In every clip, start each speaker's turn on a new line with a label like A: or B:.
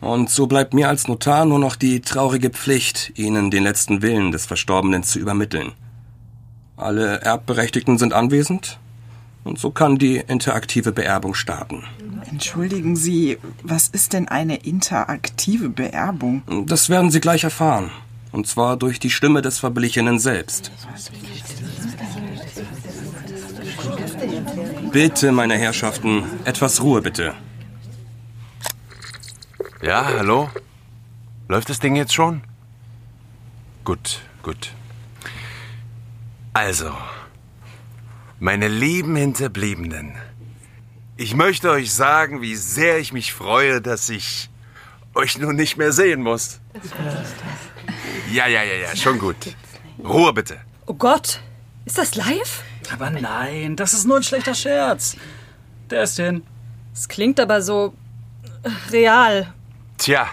A: Und so bleibt mir als Notar nur noch die traurige Pflicht, Ihnen den letzten Willen des Verstorbenen zu übermitteln. Alle Erbberechtigten sind anwesend und so kann die interaktive Beerbung starten.
B: Entschuldigen Sie, was ist denn eine interaktive Beerbung?
A: Das werden Sie gleich erfahren. Und zwar durch die Stimme des Verblichenen selbst. Bitte, meine Herrschaften, etwas Ruhe bitte.
C: Ja, hallo? Läuft das Ding jetzt schon? Gut, gut. Also, meine lieben Hinterbliebenen, ich möchte euch sagen, wie sehr ich mich freue, dass ich euch nun nicht mehr sehen muss. Ja, ja, ja, ja, schon gut. Ruhe bitte.
D: Oh Gott, ist das live?
E: Aber nein, das ist nur ein schlechter Scherz. Der ist hin.
D: Es klingt aber so äh, real.
C: Tja,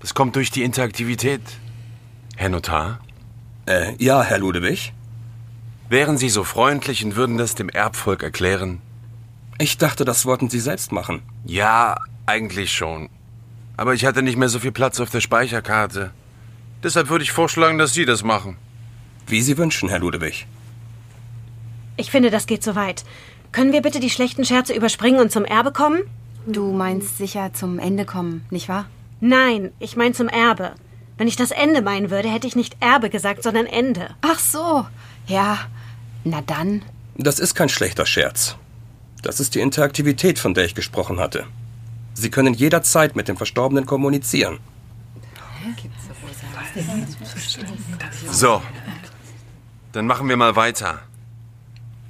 C: das kommt durch die Interaktivität. Herr Notar,
A: Äh, ja, Herr Ludewig?
C: wären Sie so freundlich und würden das dem Erbvolk erklären?
A: Ich dachte, das wollten Sie selbst machen.
C: Ja, eigentlich schon. Aber ich hatte nicht mehr so viel Platz auf der Speicherkarte. Deshalb würde ich vorschlagen, dass Sie das machen.
A: Wie Sie wünschen, Herr Ludewig.
F: Ich finde, das geht zu weit. Können wir bitte die schlechten Scherze überspringen und zum Erbe kommen?
G: Du meinst sicher zum Ende kommen, nicht wahr?
F: Nein, ich meine zum Erbe. Wenn ich das Ende meinen würde, hätte ich nicht Erbe gesagt, sondern Ende.
G: Ach so. Ja. Na dann.
A: Das ist kein schlechter Scherz. Das ist die Interaktivität, von der ich gesprochen hatte. Sie können jederzeit mit dem Verstorbenen kommunizieren.
C: So, dann machen wir mal weiter.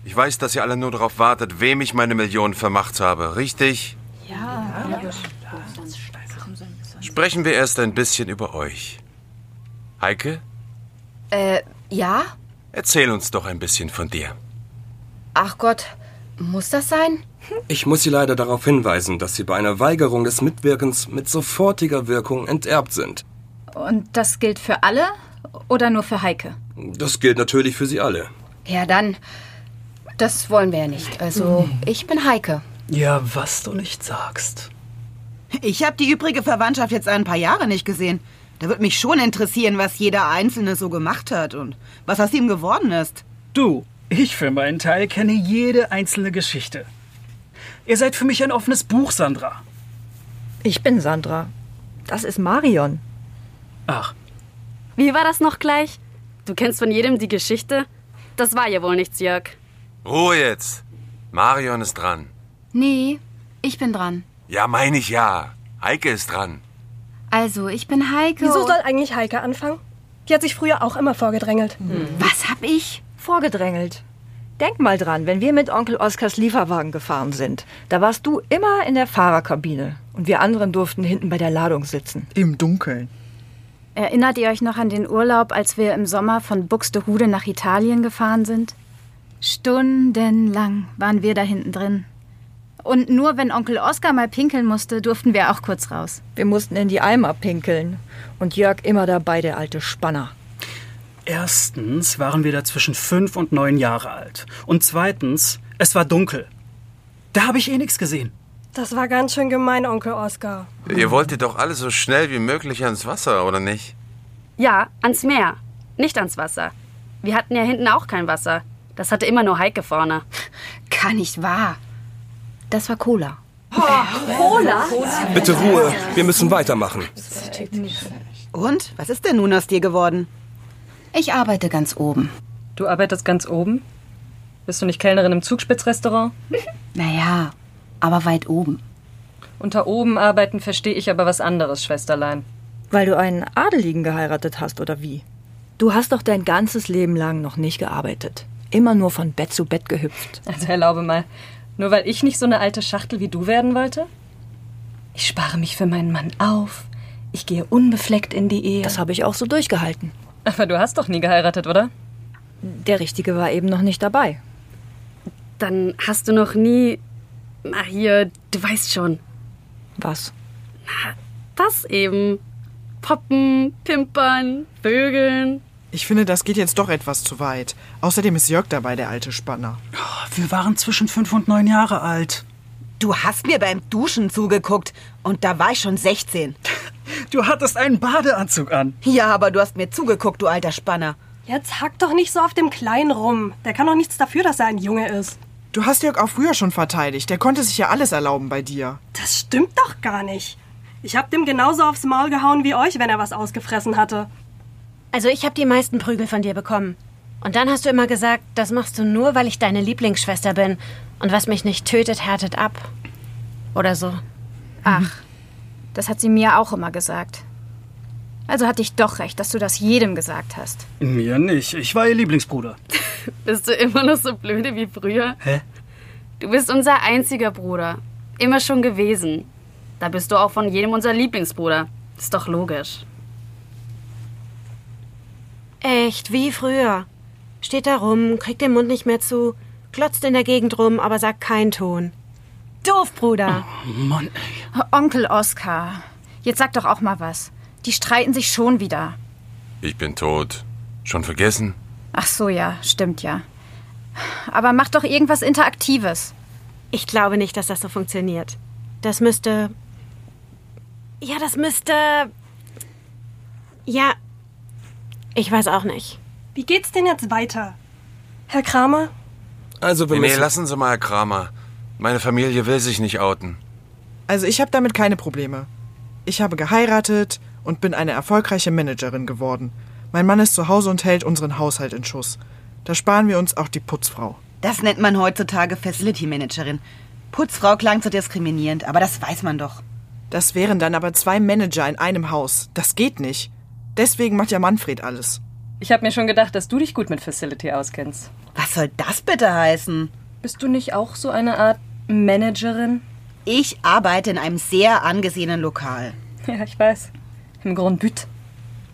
C: Ich weiß, dass ihr alle nur darauf wartet, wem ich meine Millionen vermacht habe, richtig? Ja. Sprechen wir erst ein bisschen über euch. Heike,
G: Äh, ja?
C: erzähl uns doch ein bisschen von dir.
G: Ach Gott. Muss das sein?
A: Ich muss Sie leider darauf hinweisen, dass Sie bei einer Weigerung des Mitwirkens mit sofortiger Wirkung enterbt sind.
H: Und das gilt für alle oder nur für Heike?
A: Das gilt natürlich für Sie alle.
G: Ja, dann. Das wollen wir ja nicht. Also, ich bin Heike.
E: Ja, was du nicht sagst.
I: Ich habe die übrige Verwandtschaft jetzt ein paar Jahre nicht gesehen. Da wird mich schon interessieren, was jeder Einzelne so gemacht hat und was aus ihm geworden ist.
E: Du, ich für meinen Teil kenne jede einzelne Geschichte. Ihr seid für mich ein offenes Buch, Sandra.
D: Ich bin Sandra. Das ist Marion.
E: Ach,
J: Wie war das noch gleich? Du kennst von jedem die Geschichte? Das war ja wohl nichts, Jörg.
C: Ruhe jetzt. Marion ist dran.
G: Nee, ich bin dran.
C: Ja, meine ich ja. Heike ist dran.
G: Also, ich bin Heike.
K: Wieso
G: und-
K: soll eigentlich Heike anfangen? Die hat sich früher auch immer vorgedrängelt.
H: Hm.
G: was hab ich?
D: Vorgedrängelt. Denk mal dran, wenn wir mit Onkel Oskars Lieferwagen gefahren sind, da warst du immer in der Fahrerkabine und wir anderen durften hinten bei der Ladung sitzen.
B: Im Dunkeln.
H: Erinnert ihr euch noch an den Urlaub, als wir im Sommer von Buxtehude nach Italien gefahren sind? Stundenlang waren wir da hinten drin. Und nur wenn Onkel Oskar mal pinkeln musste, durften wir auch kurz raus.
D: Wir mussten in die Eimer pinkeln und Jörg immer dabei, der alte Spanner.
E: erstens waren wir da zwischen fünf und neun Jahre alt. Und zweitens, es war dunkel. Da habe ich eh nichts gesehen.
K: Das war ganz schön gemein, Onkel Oskar.
C: Ihr wolltet doch alle so schnell wie möglich ans Wasser, oder nicht?
J: Ja, ans Meer, nicht ans Wasser. Wir hatten ja hinten auch kein Wasser. Das hatte immer nur Heike vorne.
G: Gar nicht wahr. Das war Cola.
A: Bitte Ruhe, wir müssen weitermachen.
I: Und? Was ist denn nun aus dir geworden?
G: Ich arbeite ganz oben.
D: Du arbeitest ganz oben? Bist du nicht Kellnerin im Zugspitzrestaurant?
G: Naja, aber weit oben.
D: Unter oben arbeiten verstehe ich aber was anderes, Schwesterlein.
H: Weil du einen Adeligen geheiratet hast, oder wie?
L: Du hast doch dein ganzes Leben lang noch nicht gearbeitet. Immer nur von Bett zu Bett gehüpft.
H: Also erlaube mal, nur weil ich nicht so eine alte Schachtel wie du werden wollte? Ich spare mich für meinen Mann auf. Ich gehe unbefleckt in die Ehe.
L: Das habe ich auch so durchgehalten.
H: Aber du hast doch nie geheiratet, oder?
L: Der Richtige war eben noch nicht dabei.
J: Dann hast du noch nie. Na hier, du weißt schon.
L: Was?
J: Das eben. Poppen, Pimpern, Vögeln.
B: Ich finde, das geht jetzt doch etwas zu weit. Außerdem ist Jörg dabei, der alte Spanner.
E: Wir waren zwischen fünf und neun Jahre alt.
I: Du hast mir beim Duschen zugeguckt und da war ich schon 16.
E: Du hattest einen Badeanzug an.
I: Ja, aber du hast mir zugeguckt, du alter Spanner.
K: Jetzt hack doch nicht so auf dem Kleinen rum. Der kann doch nichts dafür, dass er ein Junge ist.
B: Du hast Jörg auch früher schon verteidigt. Der konnte sich ja alles erlauben bei dir.
K: Das stimmt doch gar nicht. Ich hab dem genauso aufs Maul gehauen wie euch, wenn er was ausgefressen hatte.
F: Also ich habe die meisten Prügel von dir bekommen. Und dann hast du immer gesagt, das machst du nur, weil ich deine Lieblingsschwester bin. Und was mich nicht tötet, härtet ab. Oder
G: Mhm.
F: so.
J: Ach, das hat sie mir auch immer gesagt. Also hatte ich doch recht, dass du das jedem gesagt hast.
E: Mir nicht. Ich war ihr Lieblingsbruder.
J: Bist du immer noch so blöde wie früher?
E: Hä?
J: Du bist unser einziger Bruder. Immer schon gewesen. Da bist du auch von jedem unser Lieblingsbruder. Ist doch logisch.
F: Echt, wie früher. Steht da rum, kriegt den Mund nicht mehr zu, glotzt in der Gegend rum, aber sagt keinen Ton. Doof, Bruder.
E: Oh Mann.
J: Onkel Oskar, jetzt sag doch auch mal was. Die streiten sich schon wieder.
C: Ich bin tot. Schon vergessen?
J: Ach so, ja, stimmt ja. Aber mach doch irgendwas Interaktives.
F: Ich glaube nicht, dass das so funktioniert. Das müsste. Ja, das müsste. Ja. Ich weiß auch nicht.
K: Wie geht's denn jetzt weiter? Herr Kramer?
A: Also wir
C: Nee, nee,
A: müssen-
C: lassen Sie mal, Herr Kramer. Meine Familie will sich nicht outen.
B: Also ich habe damit keine Probleme. Ich habe geheiratet und bin eine erfolgreiche Managerin geworden. Mein Mann ist zu Hause und hält unseren Haushalt in Schuss. Da sparen wir uns auch die Putzfrau.
I: Das nennt man heutzutage Facility Managerin. Putzfrau klang zu diskriminierend, aber das weiß man doch.
B: Das wären dann aber zwei Manager in einem Haus. Das geht nicht. Deswegen macht ja Manfred alles.
H: Ich habe mir schon gedacht, dass du dich gut mit Facility auskennst.
I: Was soll das bitte heißen?
H: Bist du nicht auch so eine Art Managerin?
I: Ich arbeite in einem sehr angesehenen Lokal.
H: Ja, ich weiß. Im Grand But.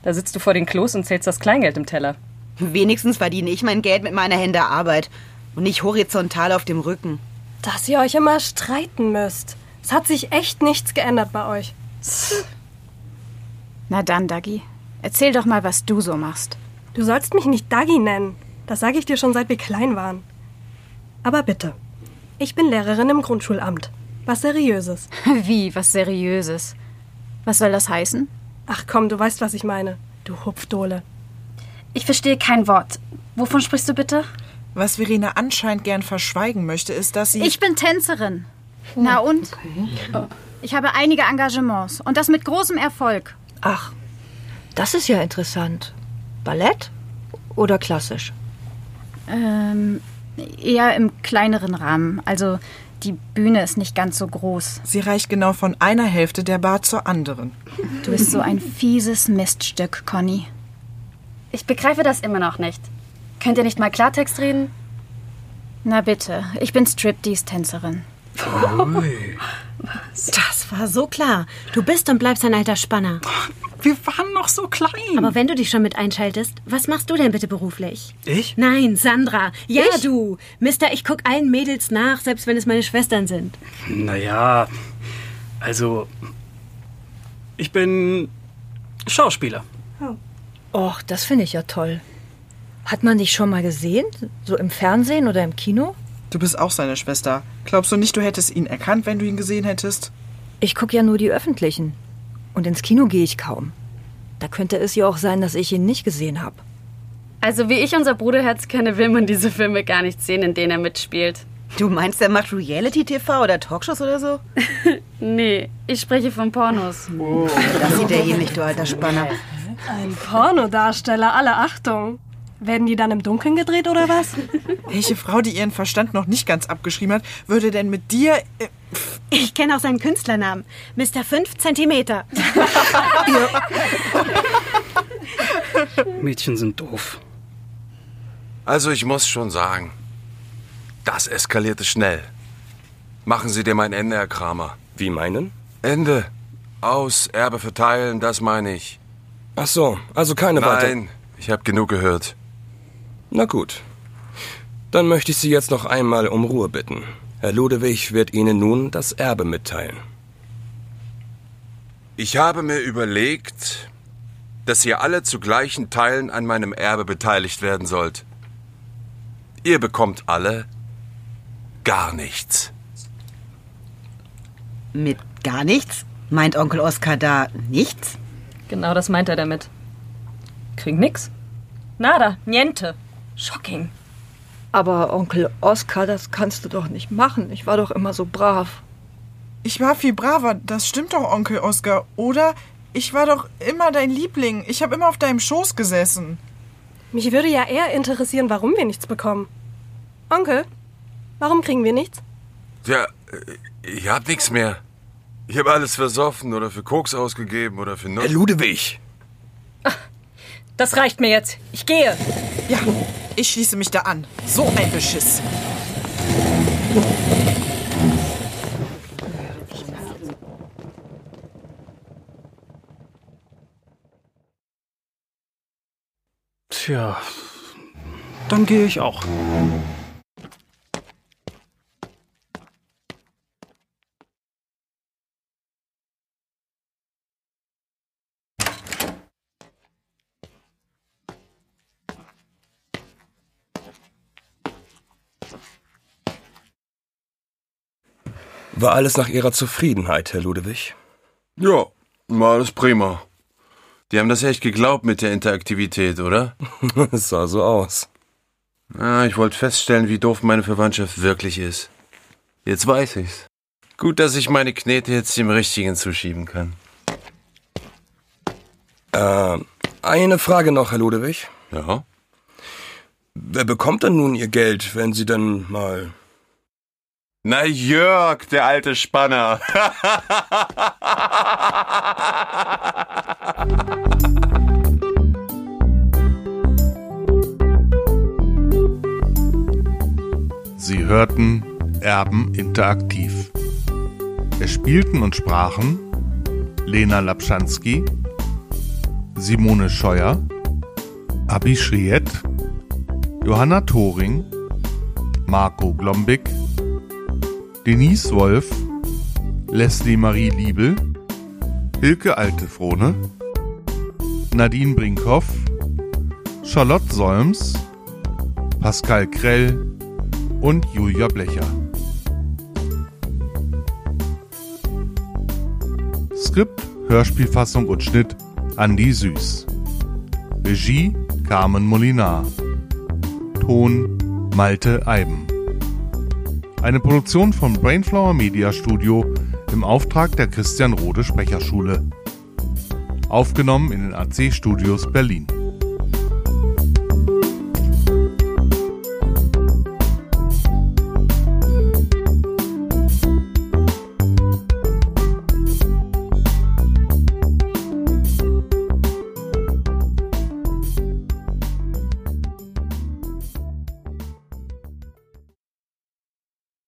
H: Da sitzt du vor den Klos und zählst das Kleingeld im Teller.
I: Wenigstens verdiene ich mein Geld mit meiner Hände Arbeit und nicht horizontal auf dem Rücken.
K: Dass ihr euch immer streiten müsst. Es hat sich echt nichts geändert bei euch.
J: Na dann, Dagi, erzähl doch mal, was du so machst.
K: Du sollst mich nicht Dagi nennen. Das sage ich dir schon seit wir klein waren. Aber bitte. Ich bin Lehrerin im Grundschulamt. Was Seriöses.
J: Wie, was Seriöses? Was soll das heißen?
K: Ach komm, du weißt, was ich meine. Du Hupfdohle.
J: Ich verstehe kein Wort. Wovon sprichst du bitte?
B: Was Verena anscheinend gern verschweigen möchte, ist, dass sie.
J: Ich bin Tänzerin. Na und? Ich habe einige Engagements und das mit großem Erfolg.
L: Ach, das ist ja interessant. Ballett oder klassisch?
J: Ähm, eher im kleineren Rahmen. Also die Bühne ist nicht ganz so groß.
B: Sie reicht genau von einer Hälfte der Bar zur anderen.
J: Du bist so ein fieses Miststück, Conny.
G: Ich begreife das immer noch nicht. Könnt ihr nicht mal Klartext reden?
J: Na bitte, ich bin Striptease-Tänzerin.
F: Das war so klar. Du bist und bleibst ein alter Spanner.
E: Wir waren noch so klein.
F: Aber wenn du dich schon mit einschaltest, was machst du denn bitte beruflich?
E: Ich?
F: Nein, Sandra. Ja, du. Mister, ich guck allen Mädels nach, selbst wenn es meine Schwestern sind.
E: Naja, also. Ich bin Schauspieler.
L: Och, das finde ich ja toll. Hat man dich schon mal gesehen? So im Fernsehen oder im Kino?
B: Du bist auch seine Schwester. Glaubst du nicht, du hättest ihn erkannt, wenn du ihn gesehen hättest?
L: Ich gucke ja nur die öffentlichen. Und ins Kino gehe ich kaum. Da könnte es ja auch sein, dass ich ihn nicht gesehen habe.
J: Also wie ich unser Bruderherz kenne, will man diese Filme gar nicht sehen, in denen er mitspielt.
I: Du meinst, er macht Reality-TV oder Talkshows oder so?
J: Nee, ich spreche von Pornos.
I: Das sieht er eh nicht, du alter Spanner.
K: Ein Pornodarsteller, alle Achtung. Werden die dann im Dunkeln gedreht oder was?
B: Welche Frau, die ihren Verstand noch nicht ganz abgeschrieben hat, würde denn mit dir. Äh,
F: Ich kenne auch seinen Künstlernamen. Mr. 5 Zentimeter.
E: Mädchen sind doof.
C: Also ich muss schon sagen, das eskalierte schnell. Machen Sie dem ein Ende, Herr Kramer.
A: Wie meinen?
C: Ende. Aus, Erbe verteilen, das meine ich.
A: Ach so, also keine weiter.
C: Nein, ich habe genug gehört.
A: Na gut. Dann möchte ich Sie jetzt noch einmal um Ruhe bitten. Herr Ludewig wird Ihnen nun das Erbe mitteilen.
C: Ich habe mir überlegt, dass ihr alle zu gleichen Teilen an meinem Erbe beteiligt werden sollt. Ihr bekommt alle gar nichts.
I: Mit gar nichts? Meint Onkel Oskar da nichts?
H: Genau das meint er damit. Kriegen nix. Nada, niente. Shocking.
D: Aber Onkel Oskar, das kannst du doch nicht machen. Ich war doch immer so brav.
B: Ich war viel braver, das stimmt doch, Onkel Oskar, oder? Ich war doch immer dein Liebling. Ich habe immer auf deinem Schoß gesessen.
K: Mich würde ja eher interessieren, warum wir nichts bekommen. Onkel, warum kriegen wir nichts?
C: Ja, äh, ich hab nichts mehr. Ich habe alles versoffen oder für Koks ausgegeben oder für Nuss.
A: Ludewig!
H: Das reicht mir jetzt. Ich gehe.
B: Ja, ich schließe mich da an. So ein Beschiss.
E: Tja, dann gehe ich auch.
A: War alles nach Ihrer Zufriedenheit, Herr Ludewig?
C: Ja, war alles prima. Die haben das echt geglaubt mit der Interaktivität, oder?
A: Es sah so aus.
C: Ah, ich wollte feststellen, wie doof meine Verwandtschaft wirklich ist. Jetzt weiß ich's. Gut, dass ich meine Knete jetzt dem Richtigen zuschieben kann.
A: Ähm, eine Frage noch, Herr Ludewig.
C: Ja?
A: Wer bekommt denn nun Ihr Geld, wenn Sie dann mal...
C: Na, Jörg, der alte Spanner.
M: Sie hörten Erben interaktiv. Es spielten und sprachen Lena Lapschanski, Simone Scheuer, Abi Schriet, Johanna Thoring, Marco Glombik, Denise Wolf, Leslie Marie Liebel, Hilke Altefrohne, Nadine Brinkhoff, Charlotte Solms, Pascal Krell, und Julia Blecher. Skript, Hörspielfassung und Schnitt Andy Süß. Regie Carmen Molinar. Ton Malte Eiben. Eine Produktion von Brainflower Media Studio im Auftrag der Christian Rode Sprecherschule. Aufgenommen in den AC Studios Berlin.